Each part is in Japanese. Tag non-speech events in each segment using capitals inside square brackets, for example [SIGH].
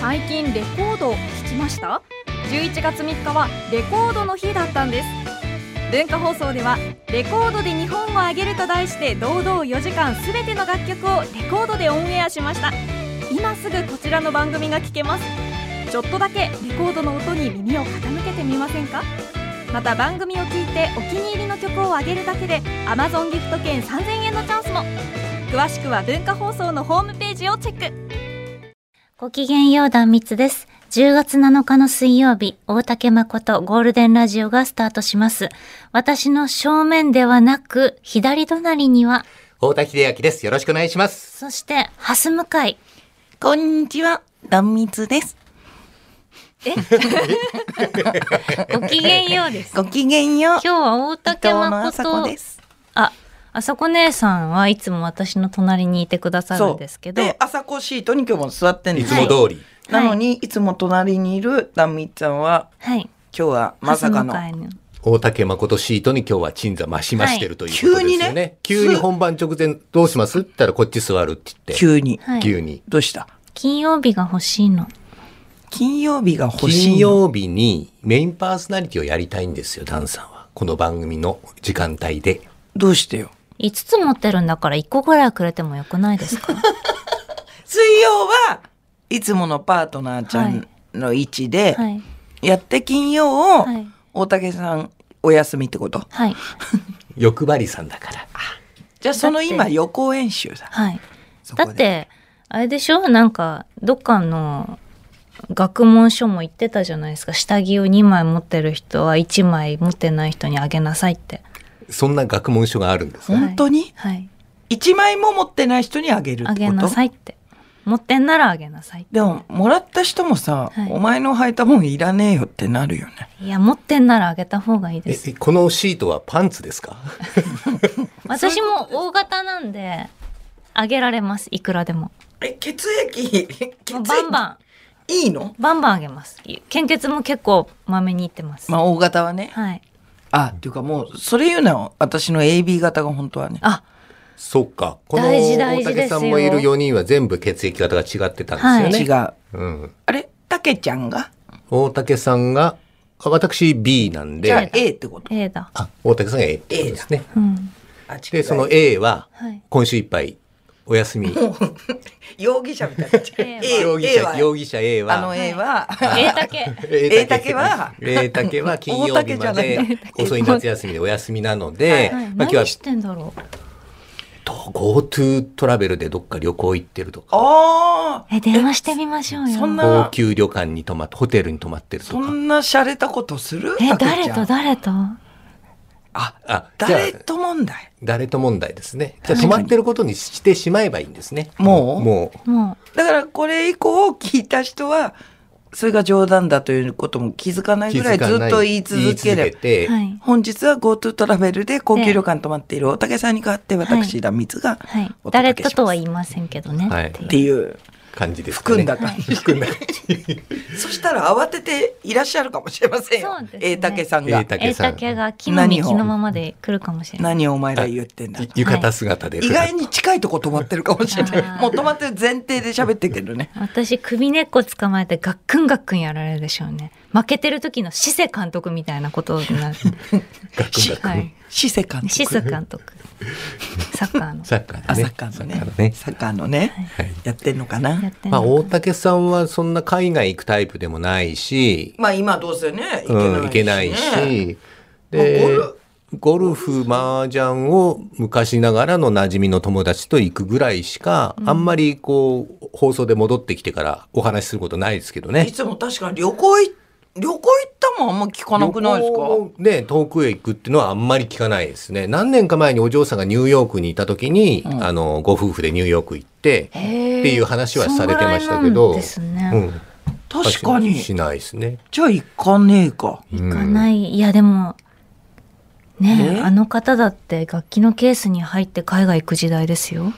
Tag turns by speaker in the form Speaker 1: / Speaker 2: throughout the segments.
Speaker 1: 最近レコードを聴きました11月3日はレコードの日だったんです文化放送では「レコードで日本をあげる」と題して堂々4時間全ての楽曲をレコードでオンエアしました今すぐこちらの番組が聴けますちょっとだけレコードの音に耳を傾けてみませんかまた番組を聞いてお気に入りの曲をあげるだけで Amazon ギフト券3000円のチャンスも詳しくは文化放送のホームページをチェック
Speaker 2: ごきげんよう断密です。10月7日の水曜日、大竹誠ゴールデンラジオがスタートします。私の正面ではなく、左隣には、
Speaker 3: 大田秀明です。よろしくお願いします。
Speaker 2: そして、ハス向かい。
Speaker 4: こんにちは、断蜜です。
Speaker 2: ごきげんよう
Speaker 4: [LAUGHS]
Speaker 2: です。
Speaker 4: ごきげんよう。
Speaker 2: 今日は大
Speaker 4: 伊
Speaker 2: 竹
Speaker 4: 藤のあさこ
Speaker 2: 誠
Speaker 4: で。す。
Speaker 2: あ、あさこ姉さんはいつも私の隣にいてくださるんですけど、
Speaker 4: で、あさこシートに今日も座ってん
Speaker 3: い
Speaker 4: です
Speaker 3: つ
Speaker 4: よ
Speaker 3: も通り。
Speaker 4: なのに、いつも隣にいる断蜜ちゃんは、
Speaker 2: はい。
Speaker 4: 今日はまさかの。
Speaker 2: 蓮向かい
Speaker 3: 大竹誠シートに今日は鎮座増し増してるということですよね。
Speaker 4: 急にね
Speaker 3: 急に本番直前どうしますって言ったらこっち座るって言って。
Speaker 4: 急に。
Speaker 2: はい
Speaker 3: 急に。
Speaker 4: どうした
Speaker 2: 金曜日が欲しいの。
Speaker 4: 金曜日が欲しいの。
Speaker 3: 金曜日にメインパーソナリティをやりたいんですよ、ダンさんは。この番組の時間帯で。
Speaker 4: どうしてよ。
Speaker 2: 5つ持ってるんだから1個ぐらいくれてもよくないです
Speaker 4: [LAUGHS]
Speaker 2: か
Speaker 4: 水曜はいつものパートナーちゃんの位置で、
Speaker 2: はい。
Speaker 4: やって金曜を
Speaker 2: はい
Speaker 4: 大竹さんお休みってこと。
Speaker 2: はい。
Speaker 3: 欲張りさんだから。
Speaker 4: じゃあそ
Speaker 2: だ
Speaker 4: の
Speaker 2: っ
Speaker 4: 今
Speaker 2: て
Speaker 4: 予行演習だ。
Speaker 2: はい。
Speaker 4: そこ
Speaker 2: だ
Speaker 4: で
Speaker 2: って、あれでしょなんか、どっかの学問書も言ってたじゃないですか。下着を2枚持ってる人は1枚持ってない人にあげなさいって。
Speaker 3: そんな学問書があるんです。
Speaker 4: 本当に
Speaker 2: はい。
Speaker 4: 一枚も持ってない人にあげるって
Speaker 2: あ
Speaker 4: こと
Speaker 2: げなさいって。持ってんならあげなさいって。
Speaker 4: でももらった人もさ、
Speaker 2: はい
Speaker 4: お前の履いたもんいらねえよってなるよね
Speaker 2: いや、持ってんならあげた方がいいで
Speaker 3: え
Speaker 2: す。
Speaker 3: え、このシートはパンツですか
Speaker 2: 私も大型なんで、あげられます。いくらでも。
Speaker 4: え血液
Speaker 2: [LAUGHS]
Speaker 4: 血
Speaker 2: もうバンバン、
Speaker 4: いいの
Speaker 2: バンバンあげます。献血も結構まめにいってます。
Speaker 4: まあ大型はね
Speaker 2: はい。
Speaker 4: あっていうかもうそれ言うなよ私の AB 型が本当はね
Speaker 2: あ、
Speaker 3: そっか。この
Speaker 2: 大事大
Speaker 3: 大
Speaker 2: 事ですよ
Speaker 3: 竹さんもいる4人は全部血液型が違ってたんです
Speaker 4: 違
Speaker 3: よね。
Speaker 4: うあ
Speaker 3: うん。
Speaker 4: れたけちゃんが
Speaker 3: 大竹さんが、あ私 B なん
Speaker 4: じゃあ
Speaker 3: で、
Speaker 4: A ってこと
Speaker 2: A だ。
Speaker 3: あ、大竹さんが A ってことですね。
Speaker 2: うん。
Speaker 4: あ違
Speaker 3: で、その A は
Speaker 4: [LAUGHS]
Speaker 2: はい、
Speaker 3: 今週いっぱいお休み。
Speaker 4: 容疑者みたいな
Speaker 2: [LAUGHS] A
Speaker 3: [LAUGHS] 容疑
Speaker 4: A
Speaker 3: 者、容疑者 A
Speaker 4: あの
Speaker 3: は、
Speaker 4: A は
Speaker 2: A だけ。
Speaker 3: A
Speaker 4: 竹は
Speaker 3: A 竹は金曜日ま
Speaker 4: 大竹じゃな
Speaker 3: で遅い夏休みでお休みなので、
Speaker 2: はい、
Speaker 3: まあ今日は
Speaker 2: 何してんだろう。
Speaker 3: と GoTo トラベルでどっか旅行行ってるとか、
Speaker 4: あー
Speaker 2: え、電話してみましょうよ。
Speaker 4: そんな
Speaker 3: 高級旅館に泊まって、ホテルに泊まってると
Speaker 4: そ
Speaker 3: か。
Speaker 4: んな洒落たことする
Speaker 2: え、
Speaker 4: たけ
Speaker 2: 誰
Speaker 4: ちゃん
Speaker 2: と誰と
Speaker 4: あ
Speaker 3: あ、じゃあ
Speaker 4: 誰、と問題
Speaker 3: 誰と問題ですね。じゃあ泊まってることにしてしまえばいいんですね。
Speaker 4: もう
Speaker 3: もう。
Speaker 2: も
Speaker 4: だからこれ以降聞いた人はそれが冗談だということも気づかないぐらいずっと言い続ければ
Speaker 2: う。
Speaker 3: て
Speaker 2: はい。
Speaker 4: 本日は GoTo トラベルで高級旅館泊まっている大竹さんに代わって私だ蜜が
Speaker 2: はい。
Speaker 4: お
Speaker 2: 誰
Speaker 4: 届けし
Speaker 2: とと
Speaker 4: ます
Speaker 2: は言いませんけどね。
Speaker 3: はい
Speaker 2: っていう
Speaker 4: っていう
Speaker 3: 感じですか
Speaker 4: 含
Speaker 3: ね。
Speaker 4: んだ感じ、 [LAUGHS] そしたら慌てていらっしゃるかもしれませんよ
Speaker 2: そうですね
Speaker 4: えーたけさん
Speaker 3: A
Speaker 4: が
Speaker 3: 竹
Speaker 2: A
Speaker 3: さ
Speaker 2: だ
Speaker 3: ん。
Speaker 2: けが木の幹のままで来るかもしれない。
Speaker 4: 何をお前ら言ってんだ
Speaker 3: い浴衣姿で。
Speaker 4: 意外に近いとこ止まってるかもしれ
Speaker 2: あ
Speaker 4: な
Speaker 2: ー
Speaker 4: いもう止まってる前提で喋ってるけどね
Speaker 2: 私首根っこ捕まえてガックンガックンやられるでしょうね負けてる時のシセ監督みたいなことになる
Speaker 3: [LAUGHS] ガクガク
Speaker 2: はい
Speaker 4: シセ監督
Speaker 2: シセ監督サッカ
Speaker 3: [LAUGHS]
Speaker 2: ーの
Speaker 3: サッカー
Speaker 4: あ
Speaker 3: ね。
Speaker 4: サッカーの
Speaker 3: サ
Speaker 4: ね
Speaker 3: ッカーね
Speaker 4: サッカーのね、
Speaker 3: い
Speaker 4: やってんのかな
Speaker 2: やってん
Speaker 3: まあ、
Speaker 2: の
Speaker 3: 大竹さんはそんな海外行くタイプでもないし、
Speaker 4: まあ今どうせね、
Speaker 3: うん、行
Speaker 4: いけ
Speaker 3: け
Speaker 4: な
Speaker 3: ないい
Speaker 4: し
Speaker 3: し、
Speaker 4: ね、
Speaker 3: で
Speaker 4: まあゴル、
Speaker 3: ゴルフ、麻雀を昔ながらの馴染みの友達と行くぐらいしか、あんまりこう、放送で戻ってきてからお話しすることないですけど
Speaker 4: い
Speaker 3: ね。
Speaker 4: つも確かに旅行い、旅行行ったもんあんま聞かなくないですか
Speaker 3: 旅行で遠くへ行くっていうのはあんまり聞かないですね。何年か前にお嬢さんがニューヨークにいた時に、あの、ご夫婦でニューヨーク行って、
Speaker 2: って
Speaker 3: っていう話はされてましたけど、
Speaker 2: ですね、
Speaker 3: うん、
Speaker 4: 確かに。
Speaker 3: しないですね。
Speaker 4: じゃあ行かねえか。
Speaker 2: 行かないいやでもねえ
Speaker 4: ね
Speaker 2: あの方だって楽器のケースに入って海外行く時代ですよ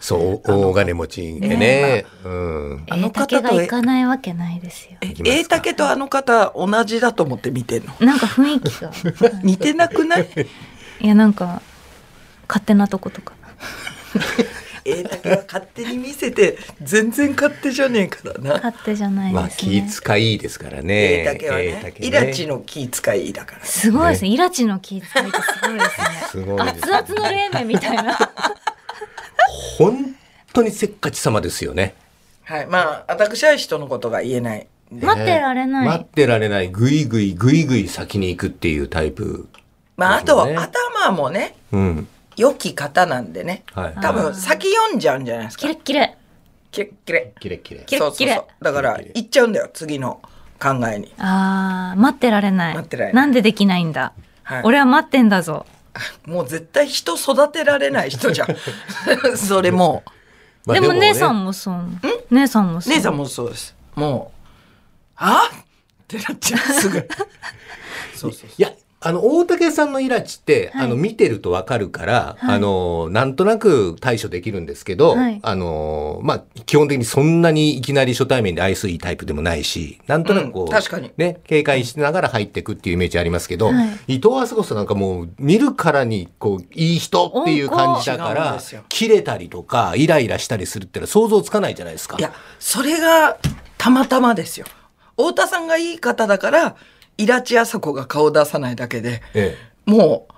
Speaker 3: そう、大金持ちでね。うん。
Speaker 4: あ
Speaker 2: A
Speaker 4: の
Speaker 2: だけ
Speaker 4: 方
Speaker 2: が
Speaker 4: と
Speaker 2: 行かないわけないですよ
Speaker 4: え
Speaker 3: きますか
Speaker 4: A 竹とあの方同じだと思って見てんの。
Speaker 2: なんか雰囲気
Speaker 4: [LAUGHS]
Speaker 2: が
Speaker 3: [LAUGHS]
Speaker 4: 似てなくない
Speaker 2: いやなんか勝手なとことか
Speaker 4: 絵だけは勝手に見せて全然勝手じゃねえからな
Speaker 2: 勝手じゃない
Speaker 3: まあ
Speaker 2: です
Speaker 3: 気
Speaker 2: ね。
Speaker 3: 遣いですからね。
Speaker 4: 絵だけは
Speaker 3: 絵だ
Speaker 4: ね
Speaker 3: け
Speaker 4: イラチの気遣いだから
Speaker 2: すごいですね。イラチの気遣いってすごいですね。
Speaker 4: [LAUGHS]
Speaker 3: すごいです、
Speaker 2: 熱々の冷麺みたいな。
Speaker 3: 本当にせっかち様ですよね。
Speaker 4: はいまあ私は人のことが言えない
Speaker 2: [LAUGHS] 待ってられない
Speaker 3: 待ってられない。ぐいぐいぐいぐい先に行くっていうタイプ。
Speaker 4: まああと
Speaker 3: そうね
Speaker 4: 頭もね
Speaker 3: うん。
Speaker 4: 良き方なんでね
Speaker 3: はい。
Speaker 4: 多分先読んじゃうんじゃないです
Speaker 2: キ
Speaker 4: か
Speaker 2: レッキレ。
Speaker 4: キレッキレ
Speaker 3: キレキレ。
Speaker 2: キレッキレ
Speaker 4: そうそうそうだから行っちゃうんだよ次の考えに
Speaker 2: あー、待ってられない。
Speaker 4: 待ってられない
Speaker 2: なんでできないんだ。
Speaker 4: はい
Speaker 2: 俺は待ってんだぞ。
Speaker 4: もう絶対人育てられない人じ
Speaker 2: [LAUGHS]
Speaker 4: ゃんそれもう
Speaker 3: まあ
Speaker 2: でも姉さんもそう。姉さんもそう。
Speaker 4: 姉さんもそうですもうあってなっちゃうすぐそうそうそう
Speaker 3: いや、あの、大竹さんのイラチって、あの、見てるとわかるから、あの、なんとなく対処できるんですけど、
Speaker 2: はい
Speaker 3: あの、まあ、基本的にそんなにいきなり初対面で愛すいいタイプでもないし、なんとなくこう、
Speaker 4: うん確かに
Speaker 3: ね、警戒しながら入ってくっていうイメージありますけど、
Speaker 2: はい
Speaker 3: 伊藤敦子さんなんかもう、見るからに、こう、いい人っていう感じだか
Speaker 4: 温厚違うん
Speaker 3: ら
Speaker 4: ですよ、
Speaker 3: 切れたりとか、イライラしたりするってのは想像つかないじゃないですか。
Speaker 4: いや、それがたまたまですよ。太田さんがいい方だから、イラチあさこが顔出さないだけで、
Speaker 3: ええ
Speaker 4: も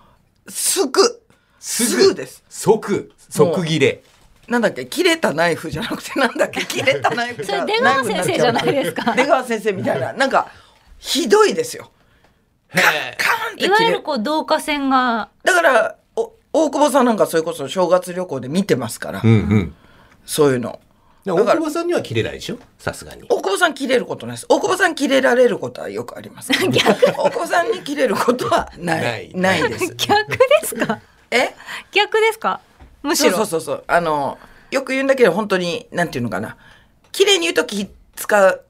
Speaker 4: う、すぐ、すぐです。。
Speaker 3: 即、即切れ。
Speaker 4: なんだっけ、切れたナイフじゃなくて、なんだっけ、切れたナイフ
Speaker 2: そ
Speaker 4: じゃ
Speaker 2: れ出
Speaker 4: ナイ
Speaker 2: 川
Speaker 4: フに
Speaker 2: 先
Speaker 4: っち
Speaker 2: 生
Speaker 4: う
Speaker 2: じゃないですか。
Speaker 4: 出川先生みたいな、なんか、ひどいですよ。
Speaker 3: へえ
Speaker 4: カーンって
Speaker 2: いわ
Speaker 4: 切
Speaker 2: ゆ
Speaker 4: れ
Speaker 2: るこう、同化線が、
Speaker 4: だから、お大久保さんなんかそれこそ正月旅行で見てますから、
Speaker 3: うんうん。
Speaker 4: そういうの。
Speaker 3: で大久保さんには切れないでしょさすがに。
Speaker 4: 大久保さん切れることないです。大久保さん切れられることはよくありますけど。逆大久保さんに切れることはない。
Speaker 3: な
Speaker 4: ないい
Speaker 2: [LAUGHS]
Speaker 4: です。
Speaker 2: [LAUGHS] 逆ですか
Speaker 4: え
Speaker 2: 逆ですかむし
Speaker 4: そう
Speaker 2: ろ。
Speaker 4: そうそうそう。あの、よく言うんだけど、本当に、なんていうのかな。綺麗に言うと気使う、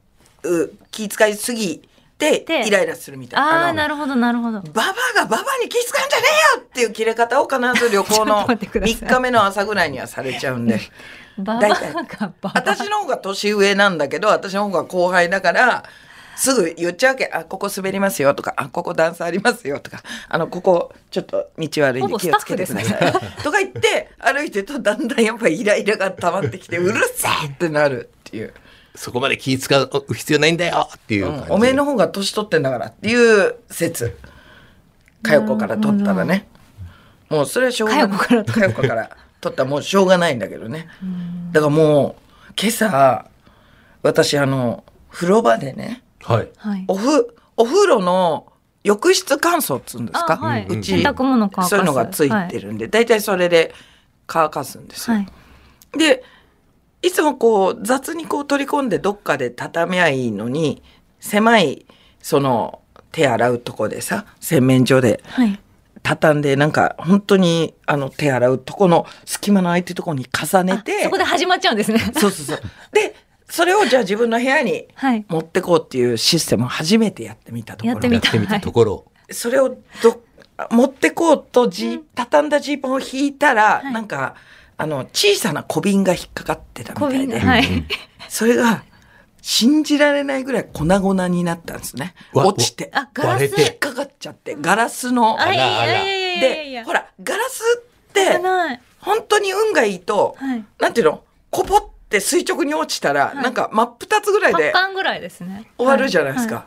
Speaker 4: 気使いすぎて
Speaker 2: で、
Speaker 4: イライラするみたい
Speaker 2: あ
Speaker 4: な。あ
Speaker 2: ー、
Speaker 4: の
Speaker 2: なるほど、なるほど。
Speaker 4: ババアがババアに気使うんじゃねえよっていう切れ方を必ず旅
Speaker 2: [LAUGHS]
Speaker 4: 行
Speaker 2: ちょっと
Speaker 4: の
Speaker 2: 待ってください
Speaker 4: 3日目の朝ぐらいにはされちゃうんで。
Speaker 2: ババ
Speaker 4: 大
Speaker 2: ア
Speaker 4: 体
Speaker 2: がババア。
Speaker 4: 私の方が年上なんだけど私の方が後輩だからすぐ言っちゃうわけあここ滑りますよとかあここ段差ありますよとかあのここちょっと道悪い
Speaker 2: ほ
Speaker 4: ん
Speaker 2: ぼ
Speaker 4: で
Speaker 2: ス
Speaker 4: 気
Speaker 2: タッ
Speaker 4: をつ
Speaker 2: フ
Speaker 4: け
Speaker 2: で
Speaker 4: て
Speaker 2: す
Speaker 4: く
Speaker 2: ね
Speaker 4: ださい [LAUGHS] とか言って歩いてるとだんだんやっぱりイライラが溜まってきてうるせえってなるっていう、
Speaker 3: そこまで気使う必要ないんだよっていう
Speaker 4: う
Speaker 3: 感じ、
Speaker 4: ん、おめえの方が年取ってんだからっていう説佳代子から取ったらねもうそれはしょうがない
Speaker 2: 佳代子から
Speaker 4: 佳代子から取ったらもうしょうがないんだけどねだからもう今朝私あの風呂場でね
Speaker 3: はい。
Speaker 2: はい。
Speaker 4: おふお風呂の浴室乾燥っつうんです
Speaker 2: あ
Speaker 4: か、
Speaker 2: はいう
Speaker 4: ち
Speaker 2: 洗濯物乾かす
Speaker 4: そういうのがついてるんで、大体それで乾かすんですよ、
Speaker 2: はい。
Speaker 4: でいつもこう雑にこう取り込んでどっかで畳みゃいいのに狭いその手洗うとこでさ洗面所で
Speaker 2: はい。
Speaker 4: 畳んでなんか本当にあの手洗うとこの隙間の空いてるとこに重ね
Speaker 2: あ
Speaker 4: て
Speaker 2: そこで始まっちゃうんですね。
Speaker 4: そうそうそうでそれをじゃあ自分の部屋に
Speaker 2: はい。
Speaker 4: 持ってこうっていうシステムを初めてやってみたところ
Speaker 2: やってみた
Speaker 3: やってみたところ。
Speaker 4: それをど持ってこうとジー畳んだジーパンを引いたら、
Speaker 2: はい
Speaker 4: なんかあの小さな小瓶が引っかかってたみ
Speaker 2: 小
Speaker 4: たい
Speaker 2: 瓶で。
Speaker 4: で、
Speaker 2: はい。
Speaker 4: それが信じられないぐらい粉々になったんですね
Speaker 3: わ
Speaker 4: 落ちて
Speaker 2: あ、ガラ
Speaker 3: 割れ
Speaker 2: ス。
Speaker 3: て
Speaker 4: 引っかかっちゃってガラスの
Speaker 2: あい
Speaker 3: あらあら
Speaker 2: やいやいやいやい
Speaker 4: で
Speaker 2: や。
Speaker 4: ほらガラスっ
Speaker 2: じゃ
Speaker 4: て
Speaker 2: ない。
Speaker 4: 本当に運がいいと、
Speaker 2: はい。
Speaker 4: なんていうのこぼって垂直に落ちたら、
Speaker 2: い
Speaker 4: なんか真っ二つぐらい
Speaker 2: 八
Speaker 4: で
Speaker 2: 巻ぐらいですね。
Speaker 4: 終わるじゃないですか。
Speaker 2: は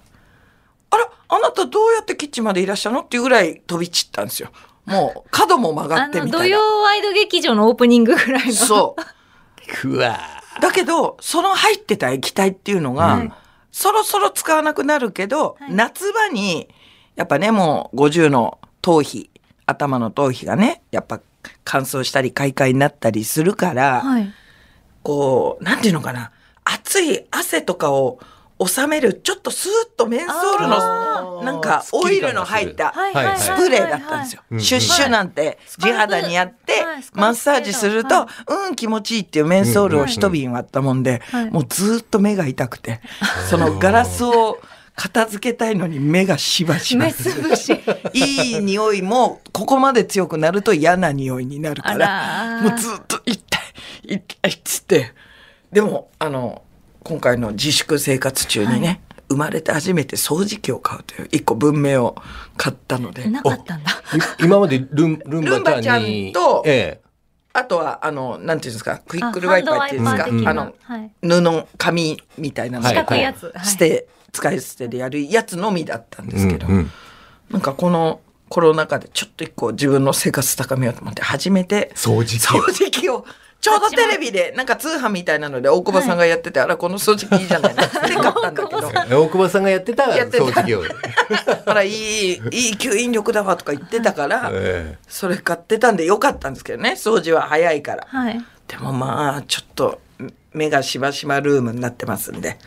Speaker 4: あら、あなたどうやってキッチンまでいらっしゃるのっていうぐらい飛び散ったんですよ。もう角も曲
Speaker 2: い。
Speaker 4: が
Speaker 2: あ
Speaker 4: って
Speaker 2: の
Speaker 4: み
Speaker 2: 土
Speaker 4: たい
Speaker 2: 曜
Speaker 4: な。
Speaker 2: ワイド劇場のオープニングぐらいの。
Speaker 4: そう。
Speaker 3: くわ
Speaker 4: だけど、その入ってた液体っていうのが、
Speaker 3: うん
Speaker 4: そろそろ使わなくなるけど、
Speaker 2: はい
Speaker 4: 夏場に、やっぱね、もう50の頭皮、頭の頭皮がね、やっぱ乾燥したり、開花になったりするから、
Speaker 2: はい。
Speaker 4: こう、なんていうのかな、熱い汗とかを収める、ちょっとスーッとメンソール
Speaker 2: あ
Speaker 4: の、
Speaker 3: ー
Speaker 4: なんかオイルの入った
Speaker 2: はいはいはいはい。
Speaker 4: スプレーだったんですよ。
Speaker 3: はいはい
Speaker 4: シュッシュなんて地肌にやって
Speaker 2: はいスカルプ
Speaker 4: マッサージすると
Speaker 2: は、
Speaker 4: うん気持ちいいっていうメンソールを一瓶割ったもんで
Speaker 2: はい、
Speaker 4: もうずーっと目が痛くて、そのガラスを片付けたいのに目がしばしば。
Speaker 2: 目つぶし。
Speaker 4: [LAUGHS] いい匂いもここまで強くなると嫌な匂いになるか
Speaker 2: あ
Speaker 4: ら
Speaker 2: らー
Speaker 4: もうずっと痛い痛いっつってでもあの今回の自粛生活中にね、生まれて初めて掃除機を買うという一個文明を買ったので
Speaker 2: なかったんだ。
Speaker 3: ーい今までルンルン
Speaker 4: ルン
Speaker 3: バ
Speaker 4: バ
Speaker 3: ち
Speaker 4: ち
Speaker 3: ゃ
Speaker 4: ゃ
Speaker 3: ん
Speaker 4: ん
Speaker 3: に。
Speaker 4: と
Speaker 3: ええ
Speaker 4: あとは、あの、なんていうんですか、クイックルワイパーっていうんです
Speaker 2: あ
Speaker 4: か、
Speaker 2: ハ
Speaker 4: あ
Speaker 2: ンドワイパー
Speaker 4: の
Speaker 2: 的、なはい
Speaker 4: 布、紙みたいなの
Speaker 3: はい
Speaker 2: 四
Speaker 3: 四
Speaker 2: 角
Speaker 3: 角
Speaker 2: い
Speaker 3: い
Speaker 2: や
Speaker 3: や
Speaker 2: つ。はい
Speaker 4: して、使い捨てでやるやつのみだったんですけど、
Speaker 3: うんうん
Speaker 4: なんかこのコロナ禍でちょっと一個自分の生活高めようと思って、初めて、
Speaker 3: 掃除機
Speaker 4: 掃除機を、ちょうどテレビで、なんか通販みたいなので、大久保さんがやってて、あら、この掃除機いいじゃないのって買ったんだけど、
Speaker 3: 大久保さんがやってた
Speaker 4: やってた
Speaker 3: 掃除業。
Speaker 4: あら、いい、いい吸引力だわとか言ってたから、
Speaker 3: え
Speaker 4: それ買ってたんでよかったんですけどね、掃除は早いから。
Speaker 2: はい。
Speaker 4: でもまあちょっと目がしばしばルームになってますんで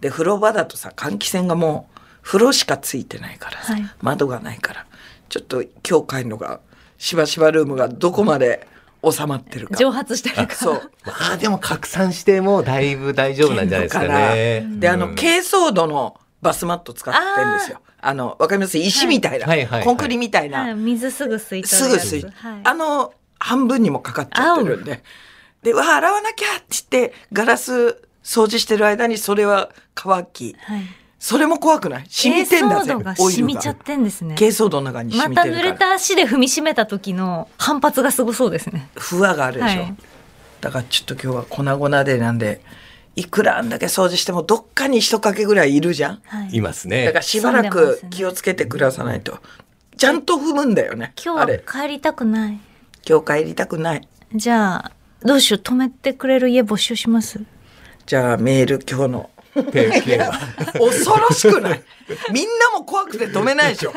Speaker 4: で風呂場だとさ換気扇がもう風呂しかついてないからさ、
Speaker 2: はい
Speaker 4: 窓がないからちょっと今日帰るのがしばしばルームがどこまで収まってるか
Speaker 2: 蒸発してるから。
Speaker 4: そう
Speaker 3: えまあでも拡散してもだいぶ大丈夫なんじゃないですかね。
Speaker 4: であの、
Speaker 3: うん
Speaker 4: 珪藻土のバスマット使ってるんですよあのわかります石みたいな、
Speaker 3: はいはいはいはい
Speaker 4: コンクリみたいな、
Speaker 2: はい、水すぐ吸い取るやつ。
Speaker 4: すぐ吸い、
Speaker 2: はい。
Speaker 4: あの半分にもかかっちゃってるんででわあ洗わなきゃって言ってガラス掃除してる間にそれは乾き
Speaker 2: はい。
Speaker 4: それも怖くない染みてんだぜ
Speaker 2: 珪藻土が
Speaker 4: オイ
Speaker 2: 染
Speaker 4: ル
Speaker 2: み
Speaker 4: が
Speaker 2: ちゃってんですね。
Speaker 4: 珪藻土の中に染
Speaker 2: ま
Speaker 4: み
Speaker 2: た
Speaker 4: てる
Speaker 2: 濡
Speaker 4: か
Speaker 2: れ
Speaker 4: ら、
Speaker 2: た足で踏みしめた時の反発がすごそうですね。
Speaker 4: 不和があるでしょ、
Speaker 2: はい
Speaker 4: だからちょっと今日は粉々でなんでいくらあんだけ掃除してもどっかに一かけぐらいいるじゃん
Speaker 2: はい。
Speaker 3: います
Speaker 4: だ
Speaker 3: ね
Speaker 4: から。しばらく気をつけてくださないとちゃんと踏むんだよね
Speaker 2: 今
Speaker 4: あ
Speaker 2: 日
Speaker 4: れ
Speaker 2: は帰りたくない。
Speaker 4: 今日帰りたくない
Speaker 2: じゃあ、どうしよう。止めてくれる家募集します。
Speaker 4: じゃあメール今
Speaker 2: [LAUGHS]
Speaker 4: 日の
Speaker 3: ペンペンは
Speaker 4: 恐ろしくないみんなも怖くて止めないでしょ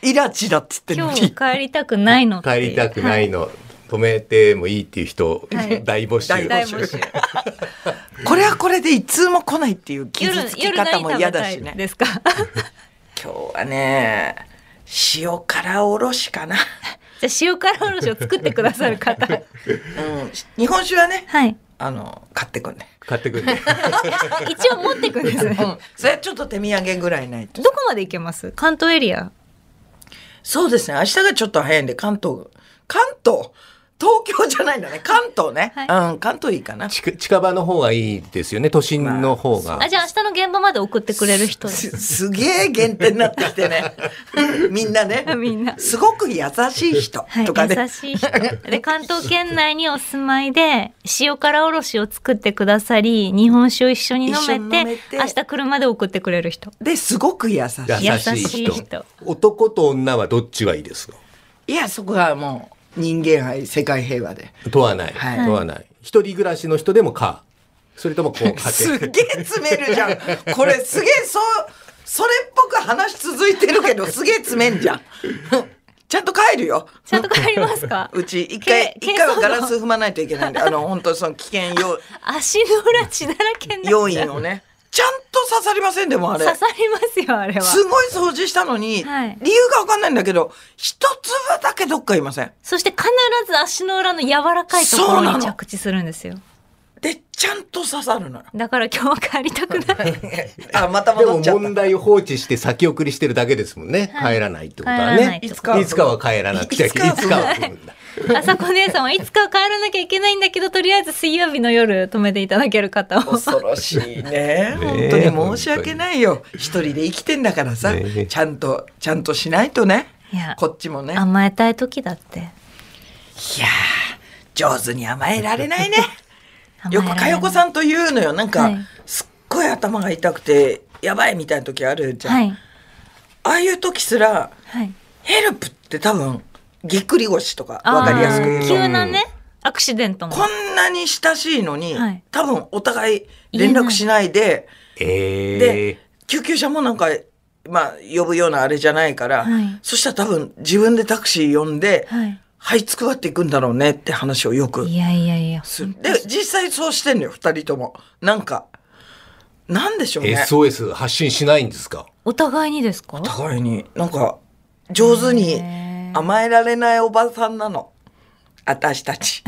Speaker 4: イラチだっつってんの
Speaker 2: 今
Speaker 4: に
Speaker 2: 日帰りたくないのって
Speaker 3: 帰
Speaker 2: いう
Speaker 3: りたくないの、止めてもいいっていう人、
Speaker 2: はい
Speaker 3: 大募集。
Speaker 4: 大
Speaker 2: 大
Speaker 4: 募
Speaker 2: 募集。
Speaker 4: これはこれでいつも来ないっていう傷
Speaker 2: 夜
Speaker 4: つき
Speaker 2: 夜何
Speaker 4: 方
Speaker 2: 食
Speaker 4: も
Speaker 2: べ
Speaker 4: 嫌
Speaker 2: た
Speaker 4: だし
Speaker 2: い
Speaker 4: ね
Speaker 2: ですか。 [LAUGHS]
Speaker 4: 今日はね塩辛おろしかな、
Speaker 2: じゃあ塩辛おろしを作ってくださる方。
Speaker 4: うん、日本酒はね
Speaker 2: はい。
Speaker 4: あの買ってくんね、
Speaker 2: [LAUGHS]
Speaker 3: 買ってくるんで。
Speaker 2: 一応持ってくんですね。
Speaker 4: うん、それはちょっと手土産ぐらいないと
Speaker 2: [LAUGHS] どこまで行けます関東エリア。
Speaker 4: そうですね明日がちょっと早いんで関東関東東京じゃないんだね関東ね、
Speaker 2: は
Speaker 4: うん関東いいかな
Speaker 3: 近近場の方がいいですよね、都心の方が。
Speaker 2: あ、じゃあ明日の現場まで送ってくれる人です。
Speaker 4: すすげえ限定になってきてね [LAUGHS] みんなね
Speaker 2: みんな
Speaker 4: すごく優しい人
Speaker 2: はい、
Speaker 4: とかね、
Speaker 2: 優しい人。で、関東圏内にお住まいで、塩辛おろしを作ってくださり、日本酒を一緒に飲
Speaker 4: 一
Speaker 2: め
Speaker 4: 緒に
Speaker 2: て、
Speaker 4: 飲めて
Speaker 2: 明日車で送ってくれる人。
Speaker 4: ですごく優しい
Speaker 2: や優しい人
Speaker 3: 男と女はどっちがいいですか
Speaker 4: いやそこはもう人間愛世界平和で
Speaker 3: 問わない。
Speaker 4: はい
Speaker 3: 問わない。一人暮らしの人でもか。それともこう、家
Speaker 4: [LAUGHS] す
Speaker 3: 庭。
Speaker 4: げえ詰めるじゃんこれすげえそうそれっぽく話続いてるけどすげえ詰めんじ [LAUGHS] ゃんちゃんと帰るよ
Speaker 2: ちゃんと帰ります [LAUGHS] か
Speaker 4: うち一回
Speaker 2: け
Speaker 4: 一回は
Speaker 2: 珪藻土
Speaker 4: ガラス踏まないといけないんであの本当その危険要
Speaker 2: 足の裏血だらけになっちゃう
Speaker 4: 要因をねちゃんと刺さりませんでもあれ
Speaker 2: 刺さりますよ、あれは。
Speaker 4: すごい掃除したのに、
Speaker 2: はい
Speaker 4: 理由がわかんないんだけど、一粒だけどっかいません。
Speaker 2: そして必ず足の裏の柔らかいとこ
Speaker 4: そう
Speaker 2: ろ
Speaker 4: な
Speaker 2: に
Speaker 4: の
Speaker 2: 着地するんですよ。
Speaker 4: で、ちゃんと刺さるのよ。
Speaker 2: だから今日は帰りたく [LAUGHS] ない。
Speaker 4: [LAUGHS] あ、また
Speaker 3: で
Speaker 4: 戻
Speaker 3: も
Speaker 4: っちゃっ
Speaker 3: 問題を放置して先送りしてるだけですもんね。
Speaker 2: はい
Speaker 3: 帰らないってことは
Speaker 2: 帰らない
Speaker 3: ね。
Speaker 2: と
Speaker 3: い
Speaker 4: いつかは
Speaker 3: つかは帰らなくちゃいけない。い
Speaker 4: い
Speaker 3: つか
Speaker 4: つか
Speaker 3: は
Speaker 4: は
Speaker 3: 来るんだ。
Speaker 2: [LAUGHS] あさこ姉さんはいつかは帰らなきゃいけないんだけど、とりあえず水曜日の夜止めていただける方
Speaker 4: た。
Speaker 2: を。
Speaker 4: 恐ろしいね。
Speaker 3: ね
Speaker 4: 本当に申し訳ないよ。一人で生きてんだからさ、
Speaker 3: ね
Speaker 4: ちゃんと、ちゃんとしないとね。
Speaker 2: いや、
Speaker 4: こっちもね。いや
Speaker 2: 甘えたい時だって。
Speaker 4: ー、上手に甘えられないね。
Speaker 2: 甘え
Speaker 4: よ
Speaker 2: られな
Speaker 4: く
Speaker 2: い
Speaker 4: かよこさんと言うのよ。なんか、
Speaker 2: はい
Speaker 4: すっごい頭が痛くて、やばいみたいな時あるじゃん。
Speaker 2: はい。
Speaker 4: ああいう時すら、
Speaker 2: はい。
Speaker 4: ヘルプって多分、ぎっくり腰とか、わかりやすく言う
Speaker 2: あー
Speaker 4: と。
Speaker 2: 急なね、アクシデントも。
Speaker 4: こんなに親しいのに、
Speaker 2: はい
Speaker 4: 多分お互い連絡しないで、
Speaker 3: え
Speaker 4: で
Speaker 3: え、
Speaker 4: 救急車もなんか、まあ、呼ぶようなあれじゃないから、
Speaker 2: はい
Speaker 4: そしたら多分自分でタクシー呼んで、
Speaker 2: はい。
Speaker 4: はいつくばっていくんだろうねって話をよく
Speaker 2: いやいやいや。
Speaker 4: する。で、実際そうしてんのよ、二人とも。なんか、なんでしょうね。
Speaker 3: SOS 発信しないんですか
Speaker 2: お互いにですか
Speaker 4: お互いに、なんか、上手に
Speaker 2: へー
Speaker 4: 甘えられないおばさんなの。私たち。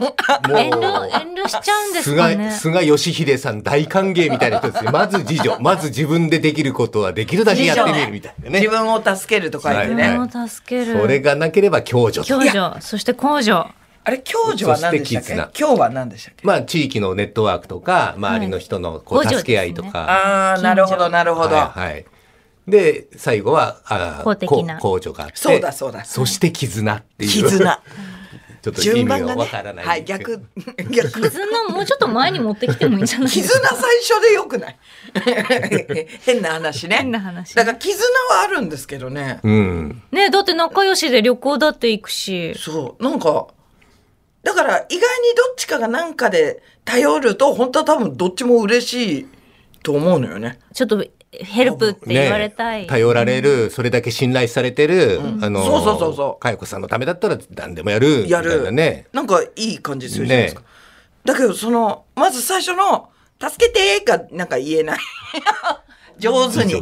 Speaker 3: も
Speaker 2: 遠慮、遠慮しちゃうんですかね。
Speaker 3: 菅義偉さん大歓迎みたいな人ですね。まず自
Speaker 2: [LAUGHS]
Speaker 3: 助、まず自分でできることはできるだけやってみるみたいな
Speaker 4: 自
Speaker 3: ね。
Speaker 4: 分を助けるとか言って
Speaker 2: 自
Speaker 4: ね。
Speaker 2: 分を助ける。
Speaker 3: それがなければ共助と
Speaker 2: 共助、そして公助。
Speaker 4: あれ、共助は何でしたっ
Speaker 3: そして
Speaker 4: け
Speaker 3: 絆
Speaker 4: 今日は何でしたっけ
Speaker 3: まあ地域のネットワークとか、周りの人のこ
Speaker 2: は
Speaker 3: う
Speaker 2: い
Speaker 3: 助け合いと
Speaker 2: 補助で
Speaker 3: か。
Speaker 4: ああ、なるほど、なるほど。
Speaker 3: はい、はい。で、最後は、あー
Speaker 2: 公的な
Speaker 3: こう公助があって。
Speaker 4: そうだそうだ
Speaker 3: そして絆っていう。
Speaker 4: 絆。
Speaker 3: [LAUGHS] ちょっと意
Speaker 4: 順
Speaker 3: 味が
Speaker 4: 番がね
Speaker 3: わからない。
Speaker 4: はい、逆 [LAUGHS] 逆
Speaker 2: 絆もうちょっと前に持ってきてもいいんじゃないで
Speaker 4: 絆
Speaker 2: すか。
Speaker 4: 最初でよくない [LAUGHS] 変な話ね
Speaker 2: 変な話
Speaker 4: だから絆はあるんですけどね
Speaker 3: うん。
Speaker 2: ねだって仲良しで旅行だって行くし。
Speaker 4: そうなんかだから意外にどっちかが何かで頼ると本当は多分どっちも嬉しいと思うのよね
Speaker 2: ちょっとヘルプって言われたい。
Speaker 3: ね頼られる、それだけ信頼されてる、あの、
Speaker 4: そうそうそうそう
Speaker 3: かよこさんのためだったら何でもやる。
Speaker 4: や
Speaker 3: みたい
Speaker 4: る
Speaker 3: なね。
Speaker 4: なんかいい感じするじゃないですか、だけどそのまず最初の「助けて」がなんか言えない上手に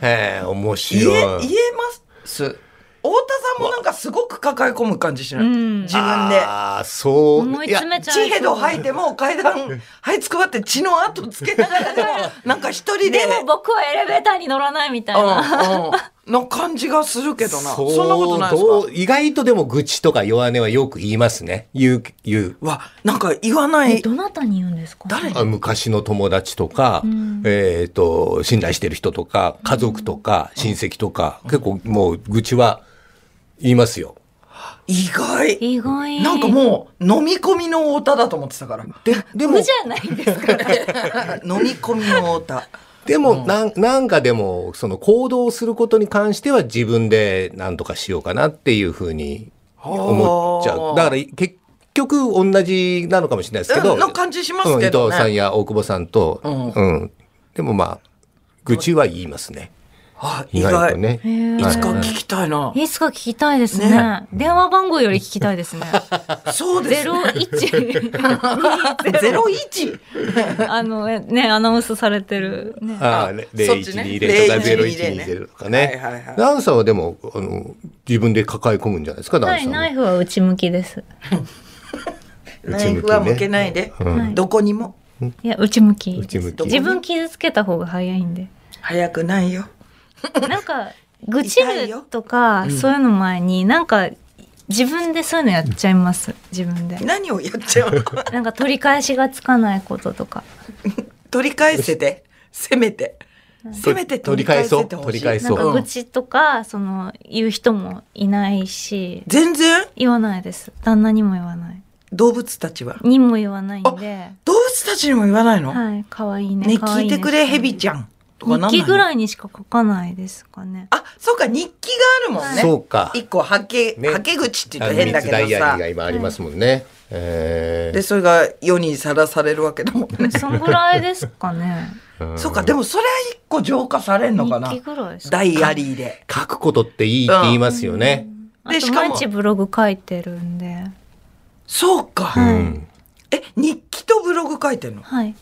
Speaker 3: へえ、面
Speaker 4: 言え
Speaker 3: 白い。
Speaker 4: 言えます太田さんもなんかすごく抱え込む感じしない、
Speaker 2: うん
Speaker 4: 自分で
Speaker 3: ああ、そう。
Speaker 2: 思い詰めちゃう。
Speaker 4: 血ヘド吐いても階段はいつくばって血の跡つけながらでもなんか一人で
Speaker 2: でも僕はエレベーターに乗らないみたいな。
Speaker 4: うんうん、の感じがするけどなそんなことないです
Speaker 3: ど
Speaker 4: か
Speaker 3: う意外とでも愚痴とか弱音はよく言いますね。言う、言う。
Speaker 4: わなんか言わな
Speaker 2: え
Speaker 4: い
Speaker 2: どなたに言うんですか、
Speaker 4: 誰
Speaker 3: あ昔の友達とか、
Speaker 2: うん
Speaker 3: えっ、と、信頼してる人とか、家族とか、親戚とか、結構もう愚痴は言いますよ。
Speaker 4: 意外
Speaker 2: 意外。
Speaker 4: なんかもう飲み込みの太田だと思ってたから
Speaker 3: で、でも
Speaker 2: 無じ、ゃないんです
Speaker 4: [LAUGHS]
Speaker 2: か。
Speaker 4: 飲み込みの太田
Speaker 3: でも、なん、なんかでも、その行動することに関しては自分で何とかしようかなっていうふうに [LAUGHS] 思っちゃ
Speaker 4: はあ
Speaker 3: う。だから、結局同じなのかもしれないですけど。
Speaker 4: うんの感じしますけ
Speaker 3: う
Speaker 4: どね
Speaker 3: ん伊藤さんや大久保さんと、
Speaker 4: うん
Speaker 3: うんでもまあ、愚痴は言いますね。
Speaker 4: あ
Speaker 3: 意
Speaker 4: 意
Speaker 3: 外
Speaker 4: 外
Speaker 3: とね。
Speaker 2: へ
Speaker 4: い
Speaker 2: ー
Speaker 4: つか聞きたいな、
Speaker 2: いつか聞きたいですね
Speaker 4: ね
Speaker 2: 電話番号より聞きたいです
Speaker 4: [LAUGHS]
Speaker 2: ね。
Speaker 4: そうで
Speaker 2: ゼ
Speaker 4: す
Speaker 2: ロ
Speaker 4: ね
Speaker 2: 一。
Speaker 4: ゼロ一
Speaker 2: [LAUGHS] あのえねアナウンスされてる、ね、
Speaker 3: ああ、
Speaker 4: あ
Speaker 3: ね
Speaker 4: そっちね
Speaker 3: 0120とか0120とか
Speaker 4: 0120はい
Speaker 3: ね
Speaker 4: はいはい。
Speaker 3: ダンさんはでも、あの、自分で抱え込むんじゃないですか、ダ
Speaker 2: は
Speaker 3: ンさ
Speaker 2: い
Speaker 3: ん
Speaker 2: ナ
Speaker 3: は。
Speaker 2: イフは内向きです。
Speaker 4: ナイフは向けないで、
Speaker 3: うん
Speaker 4: どこにも
Speaker 2: いや内向き
Speaker 3: 内向き
Speaker 2: 自分傷つけた方が早いんで。
Speaker 4: 早くないよ
Speaker 2: なんか愚痴
Speaker 4: [LAUGHS] 痛いよ
Speaker 2: るとかそういうの前になんか自分でそういうのやっちゃいます自分で。
Speaker 4: 何をやっちゃ
Speaker 3: [LAUGHS]
Speaker 4: うの
Speaker 2: なんか取り返しがつかないこととか。
Speaker 4: 取り返せてせめてせめて取り返せてほしい
Speaker 3: 取り返
Speaker 2: なん
Speaker 3: そう
Speaker 2: か愚痴とかその言う人もいないし
Speaker 4: 全然
Speaker 2: 言わないです旦那にも言わない
Speaker 4: 動物たちは
Speaker 2: にも言わないんで
Speaker 4: 動物たちにも言わないの、
Speaker 2: はい可愛いね
Speaker 4: ね
Speaker 2: 可愛
Speaker 4: 聞いてくれヘビち
Speaker 2: ゃん
Speaker 4: ゃんとかなん
Speaker 2: 日記ぐ
Speaker 4: い
Speaker 2: らいにしか書かないですかね
Speaker 4: あそうか日記があるもんね
Speaker 3: そうか。
Speaker 4: 一個はけ、
Speaker 3: ね
Speaker 4: はけ口って言
Speaker 3: あ
Speaker 4: っ
Speaker 3: の
Speaker 4: たら変だ
Speaker 3: 密ダ
Speaker 4: け
Speaker 3: イ
Speaker 4: ど
Speaker 3: アリー
Speaker 4: さ
Speaker 3: が今ありますもんね。え
Speaker 4: でそれが世にさらされるわけだもんね
Speaker 2: そんぐらいですかね
Speaker 3: ー
Speaker 4: そうかでもそれは一個浄化されんのかな
Speaker 2: 日記ぐらいですか
Speaker 4: ダイアリーで
Speaker 3: 書くことっていいって言いますよね。
Speaker 2: あ
Speaker 4: で
Speaker 2: と
Speaker 4: しかも
Speaker 2: 毎日ブログ書いてるんで
Speaker 4: そうか、
Speaker 2: はい
Speaker 3: うん
Speaker 4: え日記とブログ書いてんの
Speaker 2: はい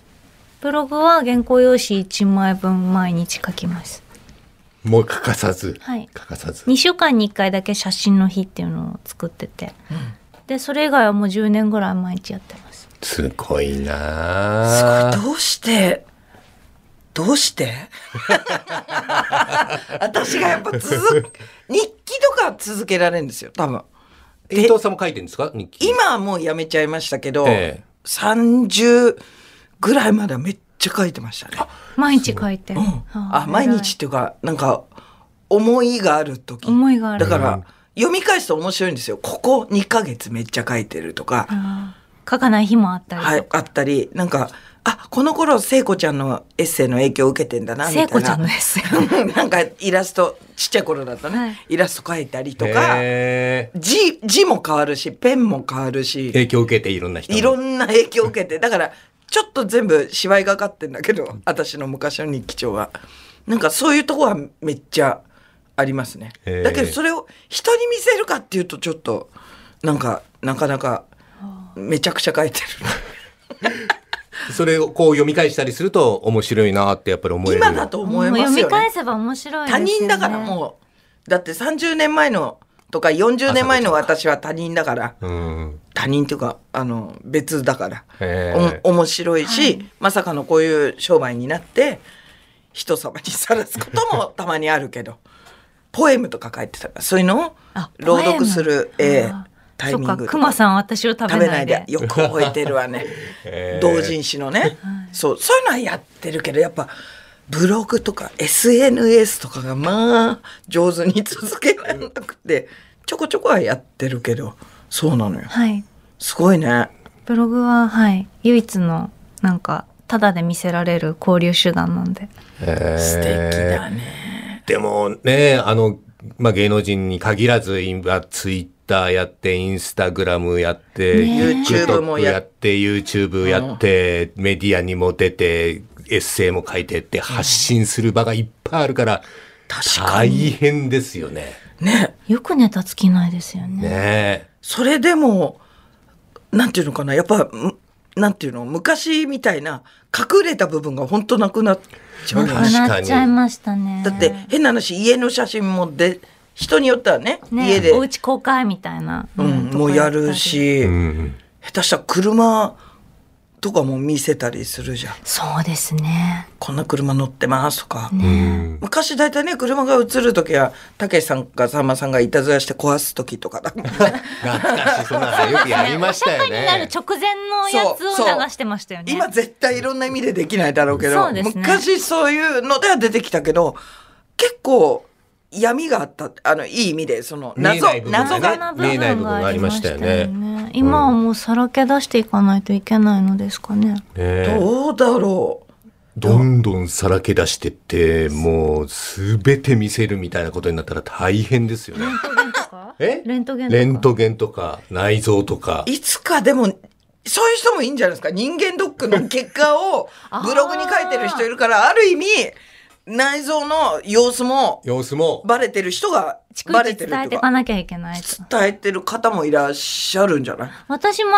Speaker 2: ブログは原稿用紙1枚分毎日書きます
Speaker 3: もう欠かさず。
Speaker 2: はい
Speaker 3: 欠かさず。
Speaker 2: 2週間に1回だけ写真の日っていうのを作ってて、でそれ以外はもう10年ぐらい毎日やってます
Speaker 3: すごい
Speaker 4: すご
Speaker 3: ないあ
Speaker 4: どうしてどうして [LAUGHS] 私がやっぱ続く日記とか続けられるんですよ多分
Speaker 3: 伊藤さんも書いてるんですか日記。
Speaker 4: 今はもうやめちゃいましたけど、
Speaker 3: ええ
Speaker 4: 30ぐらいまではめっちゃ書いてましたね。
Speaker 2: 毎日書いてる、
Speaker 4: うん
Speaker 2: は
Speaker 4: あ毎日っていうかなんか思いがある時
Speaker 2: 思いがある
Speaker 4: だから読み返すと面白いんですよ。ここ2ヶ月めっちゃ書いてるとか、
Speaker 2: あー書かない日もあったりと
Speaker 4: はい、あったりなんかあこの頃聖子ちゃんのエッセイの影響を受けてんだなみたい
Speaker 2: 聖
Speaker 4: な。
Speaker 2: 子ちゃんのですよ
Speaker 4: [LAUGHS] なんかイラストちっちゃい頃だとね、
Speaker 2: はい
Speaker 4: イラスト描いたりとか
Speaker 3: へー
Speaker 4: 字字も変わるしペンも変わるし
Speaker 3: 影響を受けていろんな人の。
Speaker 4: いろんな影響を受けてだからちょっと全部芝居がかってんだけど私の昔の日記帳はなんかそういうとこはめっちゃありますね
Speaker 3: へー
Speaker 4: だけどそれを人に見せるかっていうとちょっとなんかなかなかめちゃくちゃ書いて
Speaker 3: それをこう読み返したりすると面白いなってやっぱり思え
Speaker 4: る
Speaker 3: る。
Speaker 4: 今だと思いますよ
Speaker 2: もう
Speaker 4: ね
Speaker 2: 読み返せば面白いです
Speaker 4: 他
Speaker 2: よ、ね、
Speaker 4: 人だからもうだって30年前のとか40年前の私は他人だから
Speaker 3: うん。
Speaker 4: 他人っていうかあの別だから、
Speaker 3: へー
Speaker 4: お面白いし、まさかのこういう商売になって人様にさらすこ
Speaker 3: [LAUGHS]
Speaker 4: ともたまにあるけどポエムとか書いてたからそういうのを
Speaker 2: あポエム
Speaker 4: 朗読する、えー
Speaker 2: あー
Speaker 4: タイミン
Speaker 2: そ
Speaker 4: グ
Speaker 2: っか
Speaker 4: とか
Speaker 2: 熊さん私を食
Speaker 4: 食
Speaker 2: べ
Speaker 4: べ
Speaker 2: な
Speaker 4: ないい
Speaker 2: で
Speaker 4: でよく覚えてるわね、
Speaker 3: [LAUGHS] へー
Speaker 4: 同人誌のね、そうそういうのはやってるけどやっぱブログとか SNS とかがまあ上手に続けられなくてちょこちょこはやってるけどそうなのよ。
Speaker 2: はい。
Speaker 4: すごいね。
Speaker 2: ブログは、はい。唯一の、なんか、ただで見せられる交流手段なんで。
Speaker 3: えー
Speaker 4: 素敵だね。
Speaker 3: でもね、あの、まあ、芸能人に限らず、今、ツイッターやって、インスタグラムやって、
Speaker 2: ね
Speaker 4: YouTube も
Speaker 3: TikTok
Speaker 4: や
Speaker 3: やって、YouTube やって、メディアにも出て、エッセイも書いてって、発信する場がいっぱいあるから、
Speaker 4: 確か
Speaker 3: 大
Speaker 4: に。
Speaker 3: 変ですよね。
Speaker 4: ね。
Speaker 2: よくネタ尽きないですよね。
Speaker 3: ね
Speaker 4: それでも、なんていうのかな。やっぱ、んなんていうの昔みたいな隠れた部分が本当なくなっちゃう
Speaker 2: な
Speaker 4: よ
Speaker 2: く
Speaker 4: ね
Speaker 3: 確かに
Speaker 2: なっちゃいましたね。
Speaker 4: だって変な話家の写真もで人によってはね
Speaker 2: ね、
Speaker 4: 家で、
Speaker 2: お家公開みたいな。
Speaker 4: うん、
Speaker 2: とこ
Speaker 4: もうやる
Speaker 2: ったり。
Speaker 4: し、
Speaker 3: え。うん。
Speaker 4: 下手したら車とかも見せたりするじゃん
Speaker 2: そうですね。
Speaker 4: こんな車乗ってますとか、
Speaker 3: うん。
Speaker 4: 昔大体ね車が映る時はたけしさんかさんまさんがいたずらして壊す時とか
Speaker 3: [LAUGHS]
Speaker 4: だ
Speaker 3: 懐かしい、そんなのよくやりましたよ
Speaker 2: になる
Speaker 3: ね。
Speaker 2: 直前のやつを
Speaker 4: そうそう
Speaker 2: 流してましたよね。
Speaker 4: 今絶対いろんな意味でできないだろうけど
Speaker 2: そうですね
Speaker 4: 昔そういうのでは出てきたけど結構闇があったあのいい意味でその
Speaker 3: 見え
Speaker 4: 謎
Speaker 3: ない部分がね
Speaker 4: 謎が
Speaker 2: 謎
Speaker 3: 見えない部分がありましたよね
Speaker 2: ありましたよね今はもうさらけ出していかないといけないのですかね。
Speaker 3: ねえ
Speaker 4: どうだろう
Speaker 3: どんどんさらけ出してって、もうすべて見せるみたいなことになったら大変ですよね。え
Speaker 2: レントゲンとか
Speaker 3: レントゲンとか、内臓とか。
Speaker 4: いつかでも、そういう人もいいんじゃないですか。人間ドックの結果を
Speaker 2: [LAUGHS] あー
Speaker 4: ブログに書いてる人いるから、ある意味、内臓の様子も
Speaker 3: 様子も、
Speaker 4: バレてる人が
Speaker 2: 逐
Speaker 4: バレて
Speaker 2: 一
Speaker 4: る
Speaker 2: 伝えて
Speaker 4: と
Speaker 2: いか
Speaker 4: か、
Speaker 2: なきゃいけないと。
Speaker 4: 伝えてる方もいらっしゃるんじゃない
Speaker 2: 私も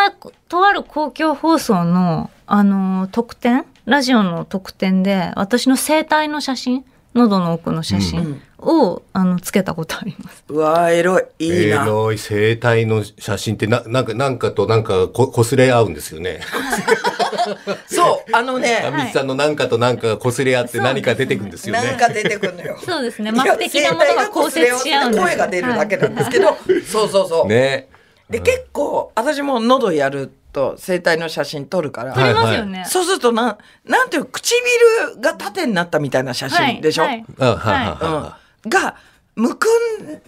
Speaker 2: とある公共放送の、あのー特典ラジオの特典で、私の声帯の写真、喉の奥の写真を、あの、つけたことあります。
Speaker 4: うわー、エロい。いい
Speaker 3: えー
Speaker 4: な。
Speaker 3: のい生体の写真ってな、なんか、なんかとなんかこ、こすれ合うんですよね。
Speaker 4: そう、あの
Speaker 3: あ
Speaker 4: ね、
Speaker 3: みつさんのなんかとなんかがこすれ合って何か出てくるんですよ
Speaker 4: なん
Speaker 3: ね。
Speaker 4: か出てくるのよ。
Speaker 2: [LAUGHS] そうですね。膜的なものが交接し合うんですよ
Speaker 4: 声が出るだけなんですけど、そうそうそう。
Speaker 3: ね。
Speaker 4: で、結構、私も喉やると、声帯の写真撮るから、
Speaker 3: は
Speaker 2: はい撮りますよね。
Speaker 4: そうするとなん、なんていうの唇が縦になったみたいな写真でしょ、
Speaker 2: はいはい
Speaker 3: あはいはいは
Speaker 4: うん、が、むく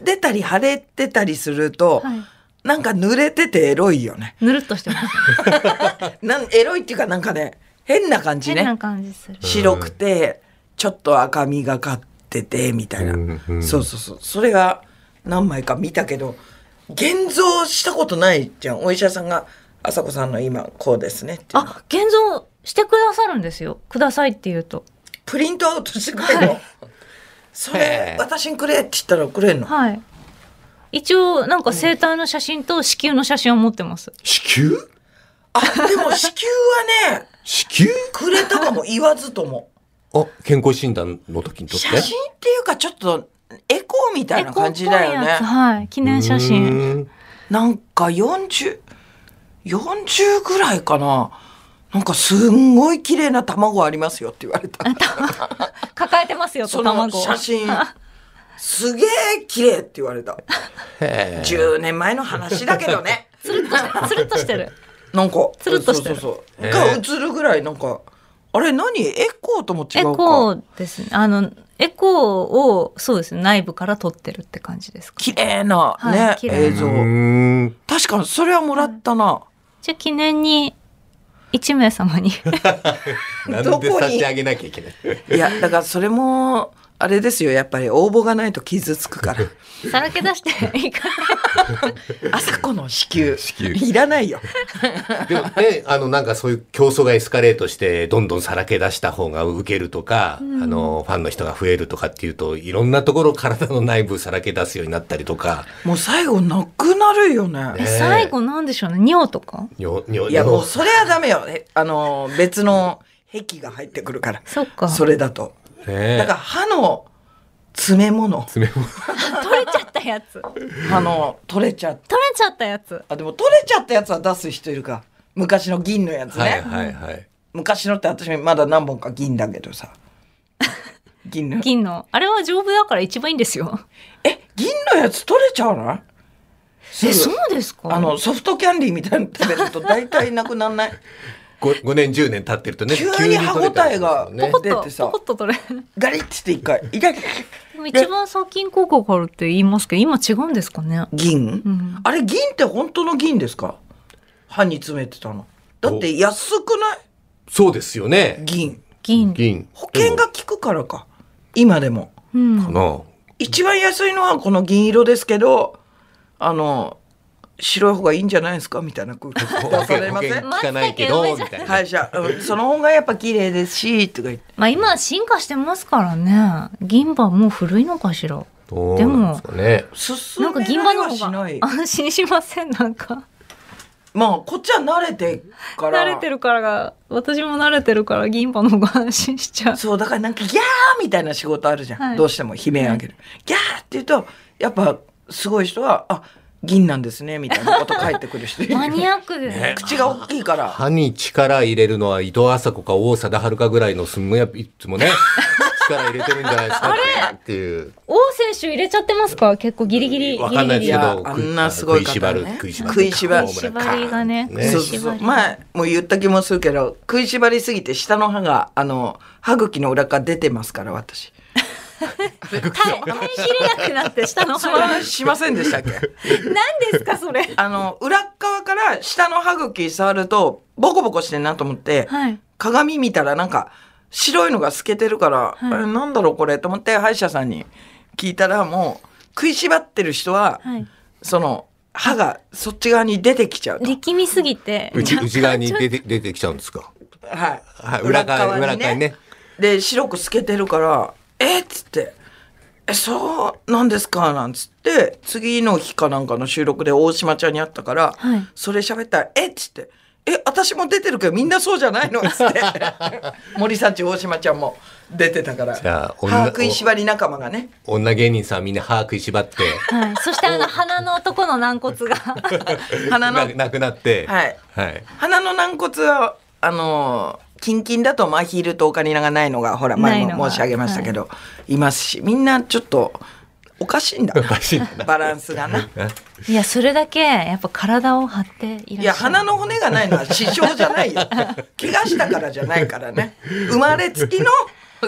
Speaker 4: んでたり腫れてたりすると、
Speaker 2: はい
Speaker 4: なんか濡れててエロいよね。
Speaker 2: ぬるっとして
Speaker 4: [LAUGHS]
Speaker 2: ます。
Speaker 4: なんエロいっていうかなんかね、変な感じ
Speaker 2: 変な
Speaker 4: ね。
Speaker 2: 感じする。
Speaker 4: 白くて、ちょっと赤みがかってて、みたいな、
Speaker 3: うんうん
Speaker 4: そうそうそう。それが何枚か見たけど、現像したことないじゃん。お医者さんが、あさこさんの今こうですねっていうの
Speaker 2: あ、現像してくださるんですよ。くださいって言うと。
Speaker 4: プリントアウトしてくれるの、それ
Speaker 3: へえ
Speaker 4: 私にくれって言ったらくれんの
Speaker 2: はい。一応、なんか生体の写真と子宮の写真を持ってます。
Speaker 3: い。子宮
Speaker 4: あでも子宮はね
Speaker 3: 子宮
Speaker 4: くれたかも言わずとも
Speaker 3: あ、健康診断の時に撮って。
Speaker 4: 写真っていうかちょっとエコーみたいな感じだよ
Speaker 2: エコっぽいやつ
Speaker 4: ね
Speaker 2: はい。記念写真。
Speaker 3: うん。
Speaker 4: なんか4040ぐらいかななんかすんごい綺麗な卵ありますよって言われた
Speaker 2: 抱えてますよ
Speaker 4: そ
Speaker 2: と、
Speaker 4: の
Speaker 2: 卵を。
Speaker 4: 写
Speaker 2: [LAUGHS]
Speaker 4: 真すげえ綺麗って言われた
Speaker 3: へー
Speaker 4: 10年前の話だけどね
Speaker 2: つるっとして、つるっとしてる。
Speaker 4: なんか、
Speaker 2: つるっとしてる
Speaker 4: そうそうそう。
Speaker 3: え
Speaker 4: が
Speaker 3: ー
Speaker 4: 映るぐらい、なんか、あれ何エコーとも違
Speaker 2: エ
Speaker 4: うか。
Speaker 2: コーですね。あの、エコーを、そうですね。内部から撮ってるって感じですか。
Speaker 4: 綺麗な
Speaker 2: はい
Speaker 4: ね、
Speaker 2: 綺麗
Speaker 4: 映像
Speaker 3: う。ーん。
Speaker 4: 確かに、それはもらったな。
Speaker 2: じゃあ記念に、1名様
Speaker 4: [LAUGHS]
Speaker 2: に。
Speaker 3: なんで差し上げなきゃいけない。
Speaker 4: いや、だからそれも、あれですよ、やっぱり応募がないと傷つ
Speaker 2: [LAUGHS]
Speaker 4: くから。
Speaker 2: さらけ出していかない
Speaker 4: あさこの子宮。
Speaker 3: 子宮
Speaker 4: いら
Speaker 3: [LAUGHS]
Speaker 4: ないよ。
Speaker 3: でもね、あの、なんかそういう競争がエスカレートして、どんどんさらけ出した方が受けるとか、あの、ファンの人が増えるとかっていうと、いろんなところ体の内部さらけ出すようになったりとか、
Speaker 4: もう最後なくなるよね。
Speaker 3: ねえ
Speaker 2: 最後なんでしょうね。尿とか
Speaker 3: 尿、尿、
Speaker 4: いや、もう
Speaker 3: 尿、
Speaker 4: それはダメよ。えあの、別の壁が入ってくるから。
Speaker 2: そっか。
Speaker 4: それだと。だ
Speaker 3: ね
Speaker 4: から歯の詰め物、
Speaker 3: 爪も、
Speaker 2: 取れちゃったやつ。取れ
Speaker 4: 歯の取れちゃって
Speaker 2: ちゃったやつ。
Speaker 4: あでも取れちゃったやつは出す人いるか昔の銀のやつね、
Speaker 3: はいはいはい。
Speaker 4: 昔のって私まだ何本か銀だけどさ
Speaker 2: [LAUGHS]
Speaker 4: 銀の
Speaker 2: 金の。あれは丈夫だから一番いいんですよ。
Speaker 4: え銀のやつ取れちゃうの
Speaker 2: え、
Speaker 4: す
Speaker 2: そ
Speaker 4: ぐ
Speaker 2: うですか
Speaker 4: あのソフトキャンディーみたいなの食べると大体なくなんない [LAUGHS]
Speaker 3: 5, 年、10年経ってるとね、
Speaker 4: 急に歯応
Speaker 3: 急
Speaker 4: えが
Speaker 3: に取れたりするんですよね
Speaker 2: ポコッ
Speaker 4: 出
Speaker 2: と、
Speaker 4: てさ
Speaker 2: ポコッと取れる。
Speaker 4: ガリッてして一回痛い
Speaker 2: でも一番最近効果があるって言いますけど、今違うんですかね。
Speaker 4: 銀
Speaker 2: うん。
Speaker 4: あれ銀って本当の銀ですか歯に詰めてたの。だって安くない
Speaker 3: そうですよね。
Speaker 4: 銀。
Speaker 2: 銀。
Speaker 3: 銀。
Speaker 4: 保険が効くからか。今でも。
Speaker 2: うん
Speaker 3: かな。
Speaker 4: 一番安いのはこの銀色ですけど、あの、白い方がいいんじゃないですかみたいな空気出されません
Speaker 3: 聞かないけど、みたいな。
Speaker 4: はい、じゃあ、うんその方がやっぱ綺麗ですし、とか言って。
Speaker 2: まあ今は進化してますからね。銀歯もう古いのかしら。
Speaker 3: どうなんですかね。
Speaker 4: 進
Speaker 2: なんか銀
Speaker 4: め
Speaker 2: 歯の
Speaker 4: られはし
Speaker 2: 方
Speaker 4: な
Speaker 2: が
Speaker 4: い。
Speaker 2: 安心しませんなんか。
Speaker 4: まあ、こっちは慣れてから。
Speaker 2: 慣れてるからが、私も慣れてるから銀歯の方が安心しちゃう。
Speaker 4: そう、だからなんか、ギャーみたいな仕事あるじゃん。
Speaker 2: はい
Speaker 4: どうしても悲鳴あげる。ギャーって言うと、やっぱ、すごい人は、あ、銀なんですね、みたいなこと書いてくる人いる。
Speaker 2: マニアックですね。
Speaker 4: 口が大きいから。
Speaker 3: 歯に力入れるのは伊藤麻子か大貞治かぐらいのすんごいやっぱいつ [LAUGHS] もね力入れてるんじゃないですかっていう
Speaker 2: 王選手入れちゃってますか結構ギリギリ。
Speaker 3: わかんないですけ
Speaker 4: いや
Speaker 3: ど
Speaker 4: あ
Speaker 3: 食い
Speaker 4: んなすごい
Speaker 3: 食いし
Speaker 4: 方
Speaker 3: ば
Speaker 4: ね
Speaker 3: る食いしばる
Speaker 4: 食いしばる
Speaker 3: ホームラ
Speaker 2: 食いし
Speaker 3: ン
Speaker 2: ばりがね
Speaker 3: カーン
Speaker 2: ね
Speaker 4: そうそうそう
Speaker 2: 縛り
Speaker 4: 前も言った気もするけど食いしばりすぎて下の歯があの歯茎の裏から出てますから私
Speaker 2: 耐え耐えきれなくなって下の
Speaker 4: そ
Speaker 2: 歯
Speaker 4: の
Speaker 2: が。
Speaker 4: 話しませんでしたっけ
Speaker 2: 何ですかそれ。
Speaker 4: [LAUGHS] あの裏っ側から下の歯茎触るとボコボコしてんなと思って、
Speaker 2: はい。
Speaker 4: 鏡見たらなんか白いのが透けてるから、
Speaker 2: はい
Speaker 4: あれなんだろうこれと思って歯医者さんに聞いたらもう食いしばってる人は、
Speaker 2: はい。
Speaker 4: その歯がそっち側に出てきちゃうと
Speaker 2: 力みすぎて。
Speaker 3: 内内側に出て出てきちゃうんですか
Speaker 4: はい、
Speaker 3: はい裏側裏側にね
Speaker 4: で白く透けてるから「えっ?」つって「えそうなんですか?」なんつって次の日かなんかの収録で大島ちゃんに会ったから、
Speaker 2: はい
Speaker 4: それ喋ったら「えっ?」つって「え私も出てるけどみんなそうじゃない
Speaker 2: [LAUGHS]
Speaker 4: の?」つって森幸大島ちゃんも出てたから
Speaker 3: じゃあ女
Speaker 4: 歯食いしばり仲間がね
Speaker 3: 女芸人さんみんな歯食いしばって
Speaker 2: はい。そしてあの鼻の男の軟骨が。
Speaker 3: [LAUGHS]
Speaker 4: 鼻の
Speaker 3: ななくなって
Speaker 4: はい
Speaker 3: はい
Speaker 4: 鼻の軟骨はあのーキンキンだとマヒルとオカリナがないのがほら前
Speaker 2: ないの
Speaker 4: も
Speaker 2: が
Speaker 4: 申し上げましたけど、い、ますしみんなちょっとおかしいん
Speaker 3: [LAUGHS]
Speaker 4: だ
Speaker 3: おかしいな
Speaker 4: バランスがな。
Speaker 2: いや、それだけ、やっぱ体を張っていらっしゃる。
Speaker 4: いや鼻の骨がないのは死傷じゃないよ怪我したからじゃないからね生まれつきの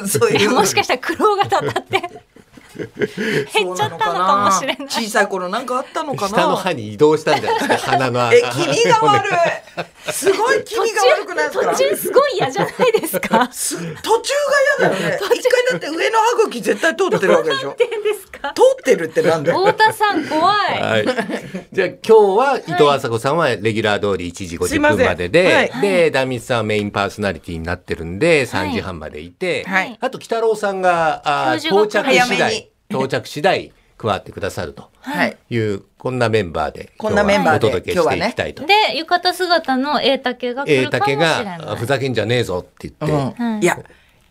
Speaker 4: そう
Speaker 2: い
Speaker 4: い
Speaker 2: や [LAUGHS]
Speaker 4: う
Speaker 2: もしかしたら苦労がたた
Speaker 4: [LAUGHS]
Speaker 2: って。減っちゃったのかもしれない。
Speaker 4: 小さい頃なんかあったのかな
Speaker 3: 下の歯に移動したんじゃないですか鼻の
Speaker 4: え気味が悪いすごい気味が悪くないです
Speaker 2: 途中、
Speaker 4: か。
Speaker 2: 途中すごい嫌じゃないですか
Speaker 4: [LAUGHS] す途中が嫌だよね一回だって上の歯茎絶対通ってるわけで
Speaker 2: [LAUGHS]
Speaker 4: しょ
Speaker 2: 何ですか。
Speaker 4: 通ってるってなんだよ
Speaker 2: 太田さん怖い。
Speaker 3: はい。じゃあ今日は伊藤麻子さんはレギュラー通り1時
Speaker 4: すい
Speaker 3: 50
Speaker 4: ませ
Speaker 3: 分
Speaker 4: ん
Speaker 3: までで、
Speaker 4: はい
Speaker 3: で、ダミスさんはメインパーソナリティになってるんで、3時半までいて、
Speaker 4: はい
Speaker 3: あと北郎さんが、あー
Speaker 2: 教
Speaker 3: 到
Speaker 2: 授が
Speaker 3: 着
Speaker 4: 早め
Speaker 3: 次
Speaker 4: に
Speaker 3: 第、到着次第加わってくださると
Speaker 4: はい
Speaker 3: いう、こんなメンバーで、
Speaker 4: こんなメンバーで
Speaker 3: 今日はお届けしていきたいと。
Speaker 2: で、浴衣姿の瑛竹が来
Speaker 3: え
Speaker 2: る
Speaker 3: ー、
Speaker 2: かもしれ
Speaker 3: 竹
Speaker 2: ない。
Speaker 3: が、ふざけんじゃねえぞって言って、
Speaker 4: うん
Speaker 2: はい
Speaker 4: いや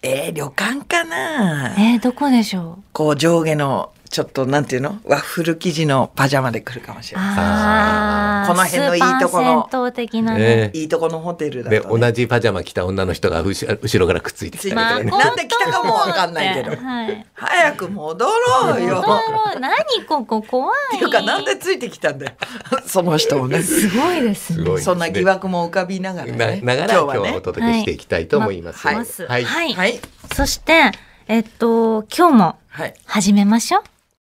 Speaker 4: えー、旅館かな
Speaker 2: えー、どこでしょう。
Speaker 4: こう上下のちょっとなんていうのワッフル生地のパジャマで来るかもしれない
Speaker 2: あー
Speaker 4: この辺のいいとこの
Speaker 2: スーパー銭湯的なね。
Speaker 3: ね
Speaker 4: いいとこのホテルだ
Speaker 3: で、
Speaker 4: と、ね、
Speaker 3: 同じパジャマ着た女の人が後ろ後ろからくっついてきたりと
Speaker 2: ま
Speaker 3: か
Speaker 2: あ
Speaker 3: ね。
Speaker 4: なんで来たかもわかんないけど
Speaker 2: はい。
Speaker 4: 早く戻ろう
Speaker 2: 戻
Speaker 4: よ
Speaker 2: ろう [LAUGHS] 何ここ怖い。
Speaker 4: っていうかなんでついてきたんだよその
Speaker 2: [LAUGHS]
Speaker 4: 人もね
Speaker 2: すごいですね。
Speaker 3: すごいですね
Speaker 4: そんな疑惑も浮かびながら
Speaker 3: な
Speaker 4: ね
Speaker 3: ながら今日はお届けしていきたいと思います。
Speaker 2: はい。
Speaker 3: はい。
Speaker 2: はい
Speaker 4: はい
Speaker 2: そしてえっと今日も
Speaker 4: はい
Speaker 2: 始めましょう。